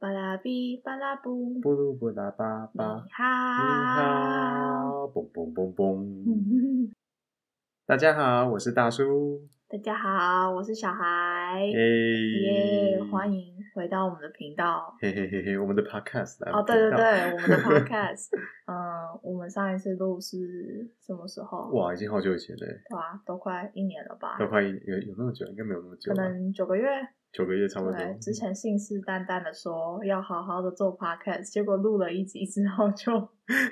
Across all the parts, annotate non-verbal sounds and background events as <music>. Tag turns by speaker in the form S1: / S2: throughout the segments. S1: 拉比巴拉布，
S2: 布鲁布拉巴
S1: 你
S2: 巴，你
S1: 好。
S2: 好，嘣嘣嘣嘣。
S1: 嗯
S2: 大家好，我是大叔。
S1: <laughs> 大家好，我是小孩，
S2: 耶
S1: 哎耶，欢。迎回到我们的频道。
S2: 嘿嘿嘿嘿，我们的 podcast 啊
S1: 哦，对对，
S2: 频
S1: 对，我们的
S2: <laughs>
S1: podcast，嗯，我们上一次录是什么时候
S2: 道？哇，已经好久以前了，
S1: 对啊，都快一年了吧？
S2: 都快一有有那么久，应该没有那么久
S1: 啊可
S2: 吧，
S1: 能九个月。
S2: 九个月差不多。
S1: 对，之前信誓旦旦的说要好好的做 podcast，结果录了一集之后就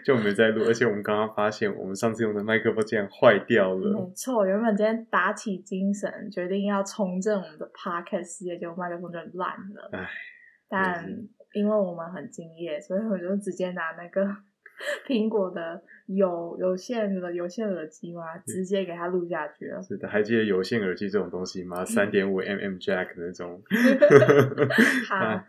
S2: 就没在录，而且我们刚刚发现，我们上次用的麦克风竟然坏掉了
S1: 没。错，原本今天打起精神，决定要重振我们的 podcast 事业，结果麦克风就烂了
S2: 唉。
S1: 但
S2: 真是
S1: 因为我们很敬业，所以我就直接拿那个 <laughs> 苹果的有有线的有线耳机嘛，直接给它录下去了。
S2: <laughs> 是的，还记得有线耳机这种东西吗？三点五 mm jack 的那
S1: <laughs>
S2: 种。<laughs> 哎
S1: 好，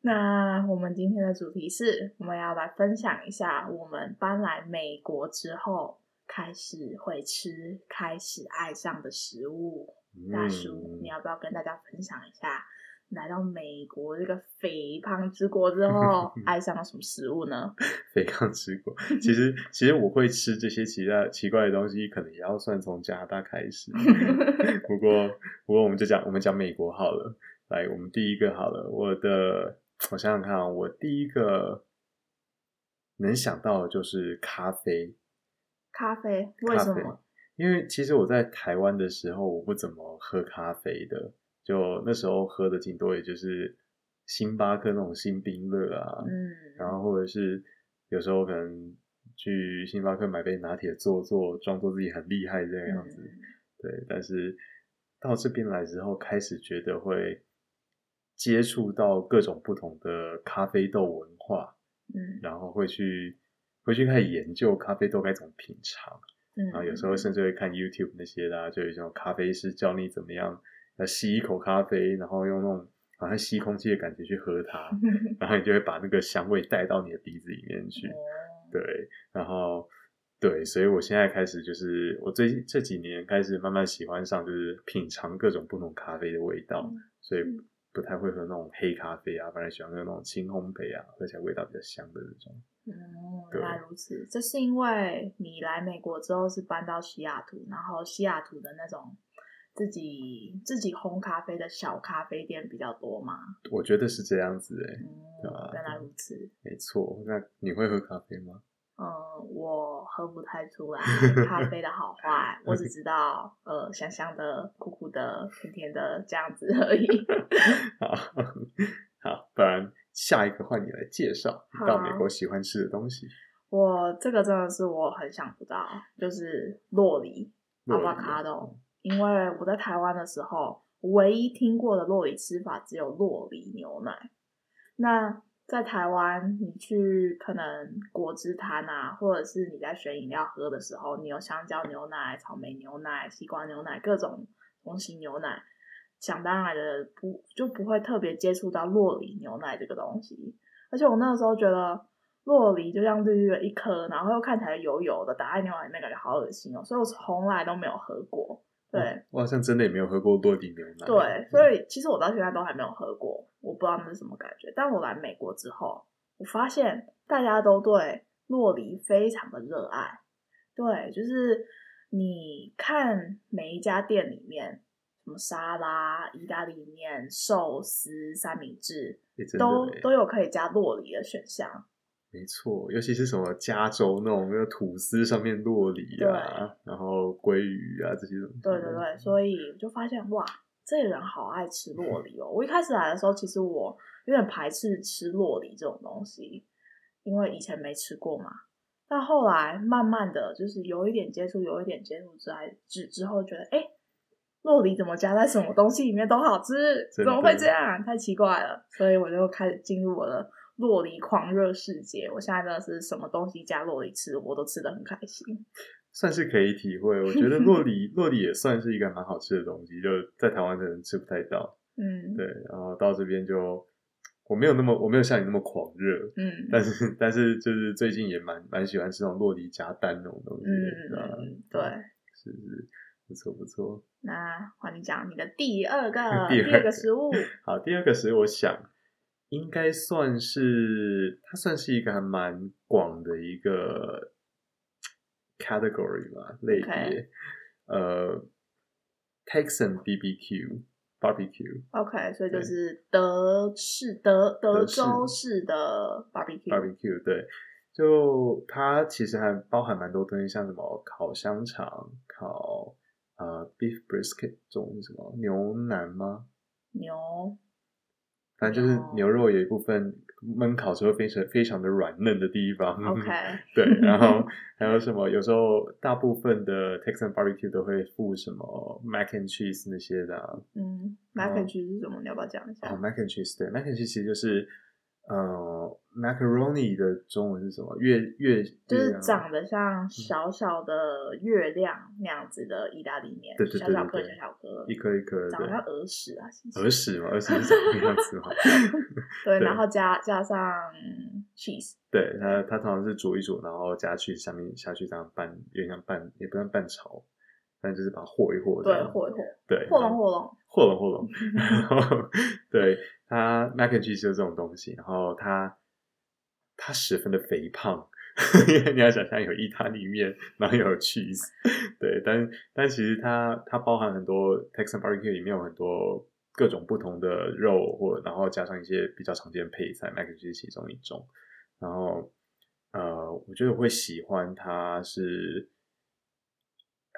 S1: 那我们今天的主题是，我们要来分享一下我们搬来美国之后开始会吃、开始爱上的食物。大
S2: 嗯
S1: 叔，你要不要跟大家分享一下，来到美国这个肥胖之国之
S2: <laughs>
S1: 后，爱上了什么食物呢？
S2: 肥康吃过。其实，其实我会吃这些其他奇怪的东西，可能也要算从加拿大开始。 <laughs> 不过，不过我们就讲我们讲美国好了。来，我们第一个好了，我的我想想看啊，我第一个能想到的就是咖啡，
S1: 咖啡？为什
S2: 咖
S1: 么？
S2: 因为其实我在台湾的时候，我不怎么喝咖啡的，就那时候喝的挺多，也就是星巴克那种新冰乐啊，然
S1: 嗯，
S2: 后或者是有时候可能去星巴克买杯拿铁做做，装作自己很厉害这个样子。
S1: 嗯
S2: 对，但是到这边来之后，开始觉得会接触到各种不同的咖啡豆文化，
S1: 嗯
S2: 然后会去会去开始研究咖啡豆该怎么品尝，
S1: 嗯，
S2: 然后有时候甚至会看 YouTube 那些的、啊，就有一种咖啡师教你怎么样要吸一口咖啡，然后用那种好像吸空气的感觉去喝它。然后你就会把那个香味带到你的鼻子里面去。
S1: 哦
S2: 对，然后对，所以我现在开始就是我最近这几年开始慢慢喜欢上，就是品尝各种不同咖啡的味道，
S1: 嗯
S2: 所以
S1: 嗯
S2: 不太会喝那种黑咖啡啊，反而喜欢喝那种轻烘焙啊，喝起来味道比较香的那种。
S1: 哦，
S2: 对
S1: 原来如此。这是因为你来美国之后是搬到西雅图，然后西雅图的那种自己自己烘咖啡的小咖啡店比较多嘛？
S2: 我觉得是这样子诶、
S1: 嗯
S2: 对啊，
S1: 原来如此。
S2: 没错。那你会喝咖啡吗？
S1: 嗯，我喝不太出来咖啡的好坏，我只知道呃，香香的、苦苦的、甜甜的这样子而已。
S2: <laughs> 好好，不然下一个换你来介绍你到美
S1: 好啊
S2: 国喜欢吃的东西。
S1: 我这个真的是我很想不到，就是洛梨、
S2: 洛梨啊嗯
S1: avocado，因为我在台湾的时候，唯一听过的洛梨吃法只有洛梨牛奶。那在台湾，你去可能果汁摊啊，或者是你在选饮料喝的时候，你有香蕉牛奶、草莓牛奶、西瓜牛奶各种东西牛奶，想当然的不就不会特别接触到洛梨牛奶这个东西。而且我那个时候觉得洛梨就像绿绿的一颗，然后又看起来油油的，打在牛奶里面感觉好恶心哦，所以我从来都没有喝过。对、
S2: 我好像真的也没有喝过落地牛奶。嗯
S1: 对，所以其实我到现在都还没有喝过，我不知道那是什么感觉。但我来美国之后，我发现大家都对洛梨非常的热爱。对，就是你看每一家店里面，什么沙拉、意大利面、寿司、三明治，
S2: 欸真的
S1: 都
S2: 欸
S1: 都有可以加洛梨的选项。
S2: 没错，尤其是什么加州那种那个吐司上面落梨啊，然后鲑鱼啊这些东西。
S1: 对对对，所以我就发现哇，这人好爱吃
S2: 嗯
S1: 洛梨哦！我一开始来的时候，其实我有点排斥吃洛梨这种东西，因为以前没吃过嘛。但后来慢慢的就是有一点接触，有一点接触之后，之之后觉得，哎，洛梨怎么加在什么东西里面都好吃，怎
S2: 真的
S1: 么会这样？太奇怪了！所以我就开始进入我的洛梨狂热世界。我现在真的是什么东西加洛梨吃，我都吃的很开心。
S2: 算是可以体会。我觉得落
S1: <laughs>
S2: 梨落梨也算是一个蛮好吃的东西，就在台湾可能吃不太到。
S1: 嗯，
S2: 对，然后到这边就我没有那么我没有像你那么狂热，
S1: 嗯，
S2: 但是但是就是最近也蛮蛮喜欢吃那种落梨加蛋那种东西的，啊
S1: 嗯，对。
S2: 是是不错不错。
S1: 那换你讲你的第二个
S2: <laughs> 第
S1: 二
S2: 二个 <laughs>
S1: 个食物，
S2: 好，第二个食物，我想应该算是它算是一个还蛮广的一个 category 吧类别
S1: OK
S2: 呃，Texan BBQ barbecue
S1: OK，所以就
S2: 对
S1: 是德式德德
S2: 德式
S1: 州式的 barbecue。
S2: barbecue 对，就它其实还包含蛮多东西，像什么烤香肠、烤呃 beef brisket 这种什么牛腩吗？
S1: 牛
S2: 反正就是
S1: 哦
S2: 牛肉有一部分焖烤之后非常非常的软嫩的地方。
S1: ，OK，
S2: <laughs> 对，然后还有什么？有时候大部分的 Texan barbecue 都会附什么 mac and cheese 那些的、啊。
S1: 嗯
S2: 然
S1: ，mac
S2: 后
S1: and cheese 是什么？你要不要讲一下
S2: 哦，mac and cheese 对，mac and cheese 其实就是呃 macaroni 的中文是什么？月月
S1: 就是
S2: 长。
S1: 长得
S2: 嗯
S1: 像小小的月亮那样子的意大利面，
S2: 对对
S1: 小
S2: 对
S1: 小
S2: 对
S1: 颗
S2: 对
S1: 小小颗，
S2: 一颗一颗的
S1: 长得像耳屎啊，是不是
S2: 耳屎嘛，耳屎是长那样子嘛。
S1: 对，
S2: 对
S1: 然后加加上 cheese，
S2: 对，它它通常是煮一煮，然后加去下面下去这样拌，有点像拌，也不算拌炒，但就是把它和一和这
S1: 对，
S2: 样。
S1: 和一和，
S2: 对，
S1: 和拢和拢，
S2: 和拢和拢。然后 <laughs> 对它 mac and cheese 就是这种东西，然后它它十分的肥胖。因为 <laughs> 你要想象有意大利面，然后有 cheese，对，但但其实它它包含很多 Texan barbecue 里面有很多各种不同的肉，或然后加上一些比较常见的配菜，mac and cheese 其中一种。然后呃，我觉得我会喜欢它是，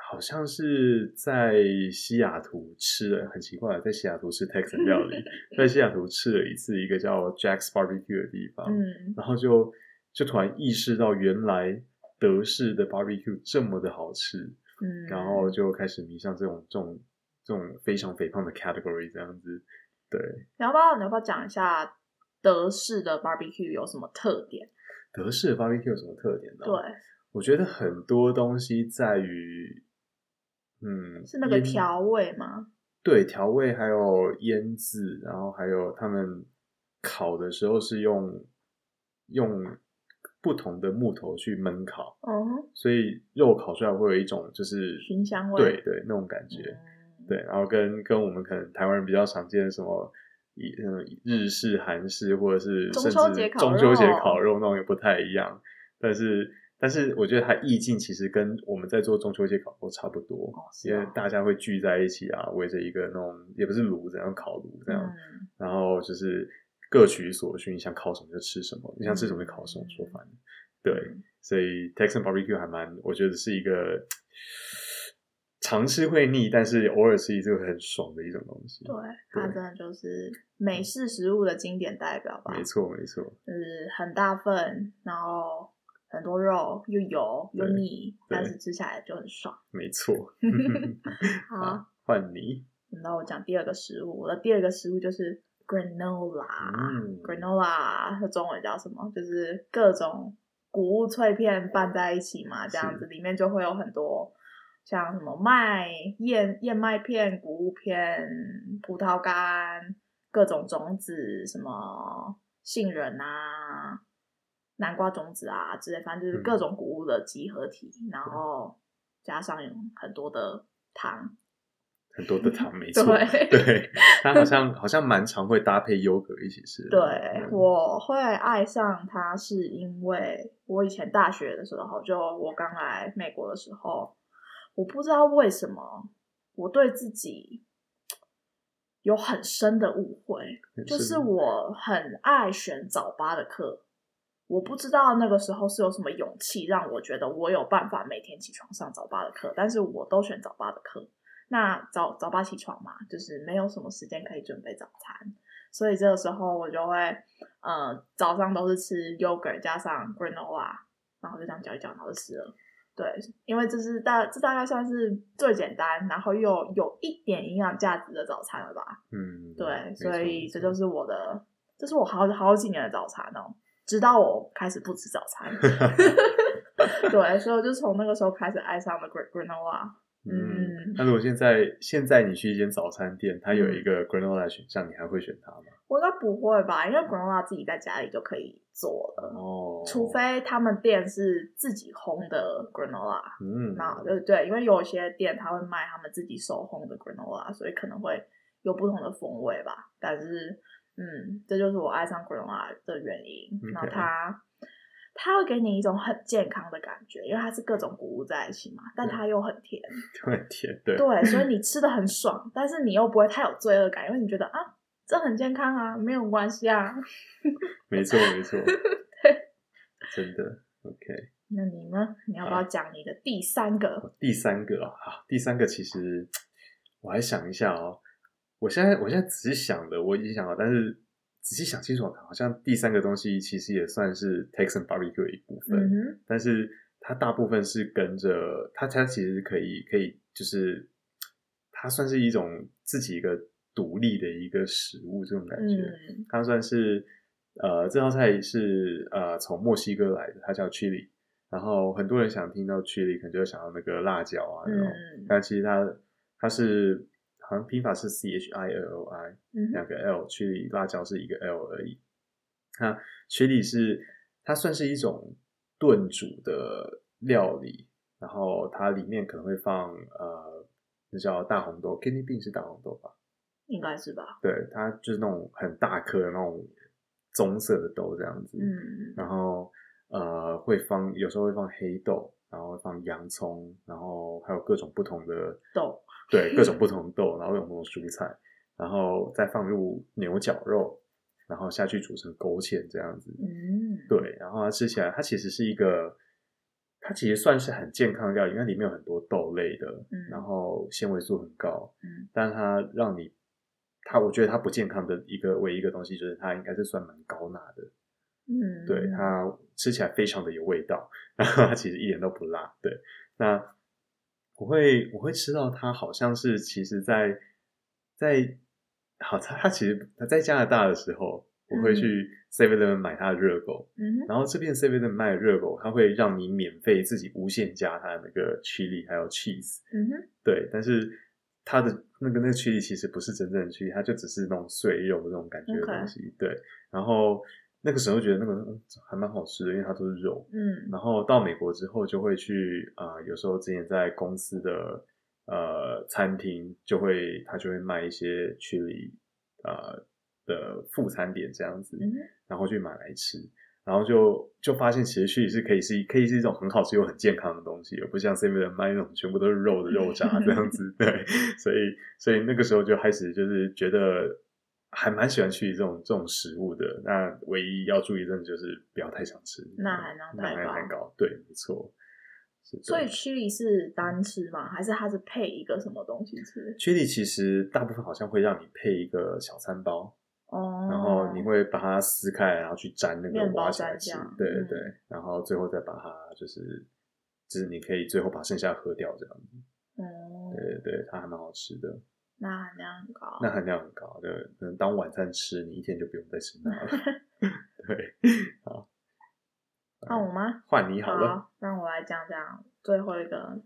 S2: 好像是在西雅图吃的，很奇怪，在西雅图吃 Texan 料理，在西雅图吃了一次一个叫 Jack's Barbecue 的地方，
S1: 嗯，
S2: 然后就就突然意识到原来德式的 barbecue 这么的好吃，
S1: 嗯，
S2: 然后就开始迷上这种这种这种非常肥胖的 category 这样子。对，
S1: 你要不要你要不要讲一下德式的 barbecue 有什么特点？
S2: 德式的 barbecue 有什么特点呢？
S1: 对，，
S2: 我觉得很多东西在于，嗯，
S1: 是那个
S2: 腌
S1: 调味吗？
S2: 对调味，还有腌制，然后还有他们烤的时候是用用不同的木头去焖烤。
S1: 嗯，
S2: 所以肉烤出来会有一种就是
S1: 熏香味
S2: 对对那种感觉，
S1: 嗯，
S2: 对，然后跟跟我们可能台湾人比较常见的什么以嗯日式、韩式或者是
S1: 中
S2: 甚
S1: 秋节
S2: 至
S1: 烤
S2: 中秋节
S1: 肉
S2: 烤肉那种也不太一样，但是但是我觉得它意境其实跟我们在做中秋节烤肉差不多，
S1: 哦是
S2: 因为
S1: 哦
S2: 大家会聚在一起啊，围着一个那种也不是炉子，然后烤炉这样，
S1: 嗯，
S2: 然后就是各取所需，你想烤什么就吃什么，你想吃什么就烤什
S1: 嗯
S2: 么，说反了。对，所以 Texan barbecue 还蛮，我觉得是一个常吃会腻，但是偶尔吃一次会很爽的一种东西。
S1: 对，它
S2: 对
S1: 真的就是美式食物的经典代表吧，
S2: 没错，没错，
S1: 就是很大份，然后很多肉，又油又
S2: 对
S1: 腻，但
S2: 对
S1: 是吃起来就很爽。
S2: 没错。
S1: <laughs>
S2: 啊
S1: 好，，
S2: 换你。
S1: 然后我讲第二个食物，我的第二个食物就是 granola。
S2: 嗯，
S1: granola 它中文叫什么？就是各种谷物脆片拌在一起嘛，这样
S2: 是
S1: 子里面就会有很多像什么麦、燕燕麦片、谷物片、葡萄干、各种种子，什么杏仁啊、南瓜种子啊之类，反正就是各
S2: 嗯
S1: 种谷物的集合体，然后加上有很多的糖，
S2: 很多的糖，
S1: <laughs>
S2: 没错。
S1: 对
S2: 对，它好像好像蛮常会搭配优格一起吃的。
S1: 对，
S2: 嗯
S1: 我会爱上它是因为我以前大学的时候，就我刚来美国的时候，我不知道为什么我对自己有很深的误会，就是我很爱选早八的课。我不知道那个时候是有什么勇气让我觉得我有办法每天起床上早八的课，但是我都选早八的课。那早早八起床嘛，就是没有什么时间可以准备早餐，所以这个时候我就会，呃，早上都是吃 yogurt 加上 granola，然后就这样搅一搅，然后就吃了。对，因为这是大这大概算是最简单，然后又有一点营养价值的早餐了吧？
S2: 嗯，
S1: 对，
S2: 没错
S1: 所以
S2: 没
S1: 这
S2: 错
S1: 就是我的，这是我好好几年的早餐哦，直到我开始不吃早餐。 <laughs> 对，所以我就从那个时候开始爱上了 gran- granola。嗯
S2: 嗯，那如果现在现在你去一间早餐店，它
S1: 嗯
S2: 有一个 granola 的选项，你还会选它吗？
S1: 我应该不会吧，因为 granola 自己在家里就可以做了，
S2: 哦，
S1: 除非他们店是自己烘的 granola。
S2: 嗯，
S1: 那对呃对，因为有些店他会卖他们自己手烘的 granola，所以可能会有不同的风味吧。但是嗯，这就是我爱上格隆拉的原因。然后
S2: OK
S1: 它它会给你一种很健康的感觉，因为它是各种谷物在一起嘛，但它又很甜，
S2: 很甜， <laughs> 对，
S1: 对，所以你吃的很爽，但是你又不会太有罪恶感，因为你觉得啊，这很健康啊，没有关系啊。
S2: 没错没
S1: <laughs>
S2: 错，真的 OK。
S1: 那你呢？你要不要讲你的第三个？
S2: 第三个啊，啊第三个其实我还想一下哦，我现在我现在仔细想的，我已经想好，但是仔细想清楚，好像第三个东西其实也算是 Texan barbecue 的一部分，
S1: 嗯哼，
S2: 但是它大部分是跟着它，它其实可以可以就是它算是一种自己一个独立的一个食物这种感觉，
S1: 嗯
S2: 它算是呃，这道菜是呃从墨西哥来的，它叫 chili。然后很多人想听到 chili，可能就会想到那个辣椒啊，那种。
S1: 嗯
S2: 但其实它它是好像拼法是 C H I L O I，
S1: 嗯
S2: 两
S1: 哼，
S2: 个 L，曲里辣椒是一个 L 而已。那曲里是它算是一种炖煮的料理，然后它里面可能会放呃，那叫大红豆 k i d n e y bean 是大红豆吧？
S1: 应该是吧。
S2: 对，它就是那种很大颗的那种棕色的豆这样子。
S1: 嗯
S2: 然后呃会放，有时候会放黑豆，然后会放洋葱，然后还有各种不同的
S1: 豆，
S2: 对，各种不同的豆，然后各种不同的蔬菜，然后再放入牛角肉，然后下去煮成勾芡这样子。
S1: 嗯，
S2: 对，然后它吃起来，它其实是一个，它其实算是很健康的料理，因为里面有很多豆类的，
S1: 嗯
S2: 然后纤维素很高，
S1: 嗯，
S2: 但它让你，它我觉得它不健康的一个唯一一个东西就是它应该是算蛮高钠的，
S1: 嗯，
S2: 对，它吃起来非常的有味道，然后它其实一点都不辣。对，那我会我会吃到它好像是其实在在好它它其实它在加拿大的时候，我会去 Seven Eleven 买它的热狗，
S1: 嗯哼，
S2: 然后这边 Seven Eleven 卖的热狗，它会让你免费自己无限加它的那个 chili 还有 cheese，
S1: 嗯哼，
S2: 对，但是。它的那个那个 chili 其实不是真正的 chili，它就只是那种碎肉的那种感觉的
S1: OK
S2: 东西。对，然后那个时候觉得那个、嗯还蛮好吃的，因为它都是肉。
S1: 嗯
S2: 然后到美国之后就会去啊、呃有时候之前在公司的呃餐厅就会他就会卖一些 chili 呃的副餐点这样子，
S1: 嗯哼，
S2: 然后去买来吃，然后就就发现其实 chili 是可以是可以是一种很好吃又很健康的东西，而不像 seven 卖那种全部都是肉的肉渣这样
S1: 嗯
S2: 子，对，所以所以那个时候就开始就是觉得。还蛮喜欢去这种这种食物的，那唯一要注意的就是不要太想吃，
S1: 钠含量
S2: 钠
S1: 太
S2: 含量
S1: 高
S2: 太高，对，没错。是的
S1: 所以 chili 是单吃吗？还是它是配一个什么东西吃？
S2: chili 其实大部分好像会让你配一个小餐包，
S1: 哦，
S2: 然后你会把它撕开来，然后去沾那个
S1: 面包
S2: 挖起来
S1: 蘸
S2: 吃
S1: 酱，
S2: 对对
S1: 嗯
S2: 对，然后最后再把它就是就是你可以最后把剩下喝掉这样子，
S1: 哦，
S2: 对对对，它还蛮好吃的，
S1: 钠含量很高，
S2: 钠含量很高，对，可能当晚餐吃，你一天就不用再吃钠
S1: <laughs>
S2: 了。对，
S1: 那我吗？
S2: 换你好了，
S1: 让我来讲讲最后一个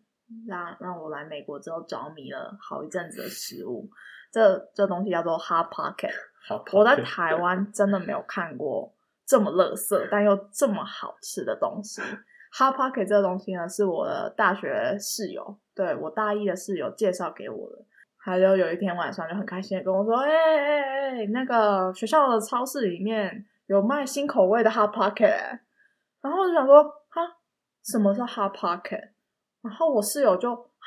S1: 让让我来美国之后着迷了好一阵子的食物。这这东西叫做 hot pocket，
S2: 好，
S1: 我在台湾真的没有看过这么垃圾但又这么好吃的东西。Hot Pocket 这个东西呢，是我的大学室友，对我大一的室友介绍给我的。他就有一天晚上就很开心的跟我说：“哎哎哎哎，那个学校的超市里面有卖新口味的 Hot Pocket、欸。”然后我就想说：“哈，什么是 Hot Pocket？” 然后我室友就：“哈，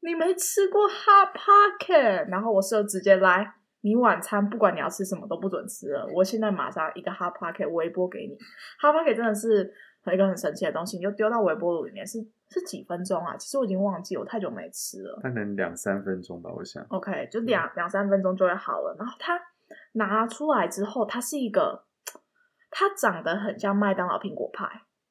S1: 你没吃过 Hot Pocket？” 然后我室友直接来：“你晚餐不管你要吃什么都不准吃了，我现在马上一个 hot pocket 微波给你。hot pocket 真的是一个很神奇的东西，你就丢到微波炉里面，是是几分钟啊？其实我已经忘记，我太久没吃了。
S2: 大概两三分钟吧，我想，
S1: OK，就两两三分钟就会好了。然后它拿出来之后，它是一个，它长得很像麦当劳苹果派，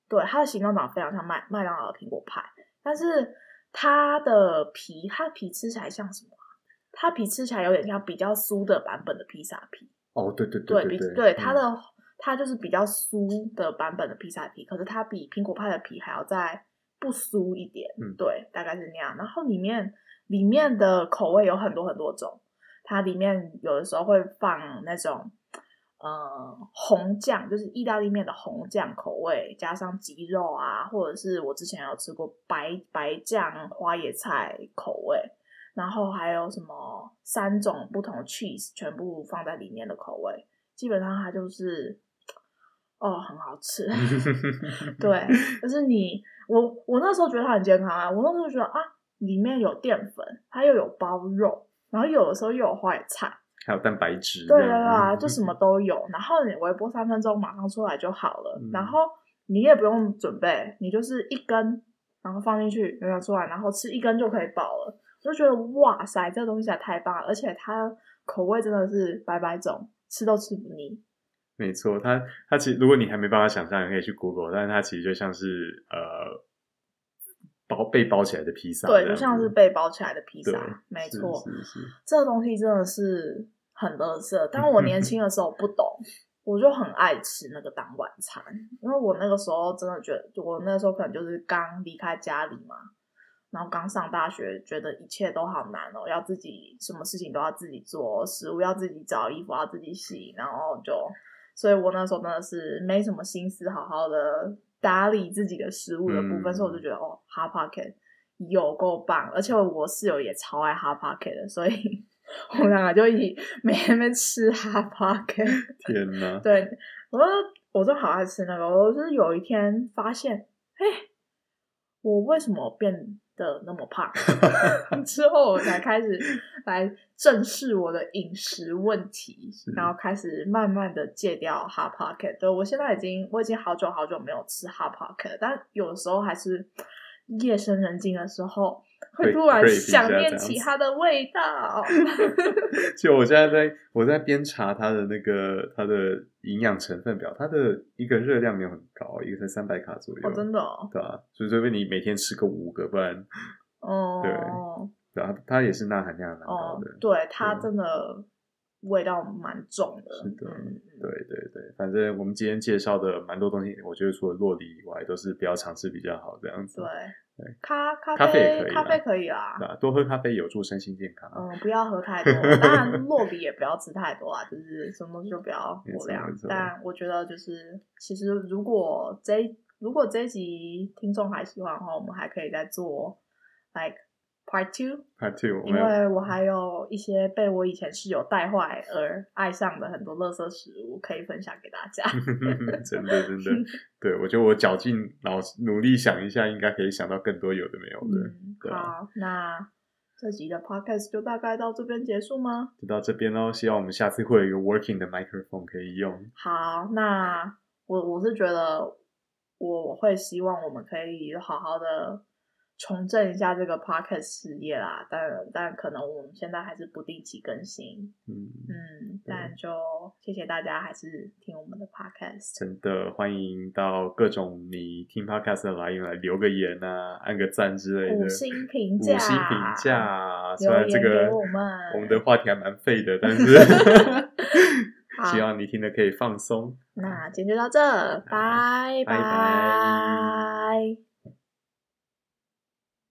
S1: 对，它的形状长得非常像麦麦当劳的苹果派，但是它的皮，它的皮吃起来像什么啊？它皮吃起来有点像比较酥的版本的披萨皮，
S2: 哦，对对
S1: 对
S2: 对
S1: 比
S2: 对，
S1: 对它
S2: 嗯
S1: 的它就是比较酥的版本的披萨皮，可是它比苹果派的皮还要再不酥一点，
S2: 嗯
S1: 对，大概是那样。然后里面里面的口味有很多很多种，它里面有的时候会放那种。呃，红酱就是意大利面的红酱口味，加上鸡肉啊，或者是我之前有吃过白白酱花椰菜口味，然后还有什么三种不同的 cheese 全部放在里面的口味，基本上它就是哦很好
S2: <laughs>
S1: 吃，对，就是你我我那时候觉得它很健康啊，我那时候觉得啊里面有淀粉，它又有包肉，然后有的时候又有花野菜，
S2: 还有蛋白质这
S1: 对
S2: 样，
S1: 对对啊，
S2: 嗯
S1: 就什么都有。然后你微波三分钟，马上出来就好了。
S2: 嗯
S1: 然后你也不用准备，你就是一根，然后放进去，然后出来，然后吃一根就可以饱了。我就觉得哇塞，这个东西还太棒了，而且它口味真的是百百种，吃都吃不腻。
S2: 没错，它它其实如果你还没办法想象，你可以去 Google，但是它其实就像是呃包被包起来的披萨这样
S1: 对，
S2: 子，
S1: 就像是被包起来的披
S2: 对
S1: 萨，没
S2: 是
S1: 错。
S2: 是是
S1: 这个东西真的是很垃圾。当我年轻的时候不懂，我就很爱吃那个当晚餐，因为我那个时候真的觉得，我那时候可能就是刚离开家里嘛，然后刚上大学，觉得一切都好难哦，要自己什么事情都要自己做，食物要自己找，衣服要自己洗，然后就，所以我那时候真的是没什么心思好好的打理自己的食物的部分，
S2: 嗯
S1: 所以我就觉得哦，Hot Pocket 有够棒，而且我室友也超爱 Hot Pocket 的，所以 <laughs> 我们两个就一起每天在那边吃 Hot Pocket。
S2: 天哪，
S1: 对，我就我就好爱吃那个，我就是有一天发现，哎，我为什么变得那么
S2: <laughs>
S1: 胖？之后我才开始来正视我的饮食问题，然后开始慢慢的戒掉 hot pocket。对我现在已经我已经好久好久没有吃 hot pocket，但有时候还是夜深人静的时候。会
S2: 会
S1: 突然
S2: crave 一下
S1: 想
S2: 这
S1: 念
S2: 样
S1: 起
S2: 子
S1: 它的味道，
S2: <laughs> 就我现在在我在边查它的那个它的营养成分表，它的一个热量没有很高，一个才三百卡左
S1: <laughs>
S2: 右，
S1: 哦，真的哦，
S2: 对啊，所以除非你每天吃个五个，不然
S1: 哦，
S2: 对对啊，它也是钠含量蛮高
S1: 哦
S2: 的，，
S1: 对，它
S2: 对
S1: 真的味道蛮重的。
S2: 是的
S1: 嗯
S2: 对对对，反正我们今天介绍的蛮多东西，我觉得除了洛梨以外，都是不要尝试比较好，这样子。
S1: 对
S2: 对，
S1: 咖咖
S2: 咖啡也
S1: 啡
S2: 可以
S1: 咖
S2: 啦
S1: 啡可以啊。
S2: 对啊，多喝咖啡有助身心健康。
S1: 嗯，不要喝
S2: <laughs>
S1: 太多，当然洛梨也不要吃太多啊，就是什么东西都不要
S2: 没
S1: 过
S2: 错
S1: 量
S2: 没。错
S1: 但我觉得就是，其实如果这一如果这一集听众还喜欢的话，我们还可以再做 like part two，
S2: Part two，我
S1: 因
S2: 们嗯
S1: 为我还有一些被我以前室友带坏而爱上的很多垃圾食物可以分享给大家。
S2: <laughs> 真的
S1: <laughs>
S2: 真的，对我觉得我绞尽脑汁努力想一下，应该可以想到更多有的没有的。
S1: 嗯
S2: 对，啊
S1: 好，那这集的 podcast 就大概到这边结束吗？
S2: 就到这边喽，希望我们下次会有一个 working 的 microphone 可以用。
S1: 好，那我我是觉得我我会希望我们可以好好的重振一下这个 podcast 事业啦，但但可能我们现在还是不定期更新，
S2: 嗯，
S1: 嗯，但就谢谢大家还是听我们的 podcast，
S2: 真的欢迎到各种你听 podcast 的来源来留个言啊，按个赞之类的，
S1: 五星评价
S2: 五星评价啊。虽
S1: 留言
S2: 然这
S1: 给
S2: 个
S1: 我们，
S2: 我们的话题还蛮废
S1: <laughs>
S2: 的，但是
S1: 好
S2: 希望你听的可以放松。
S1: 那今天就到这，拜
S2: 拜拜
S1: 拜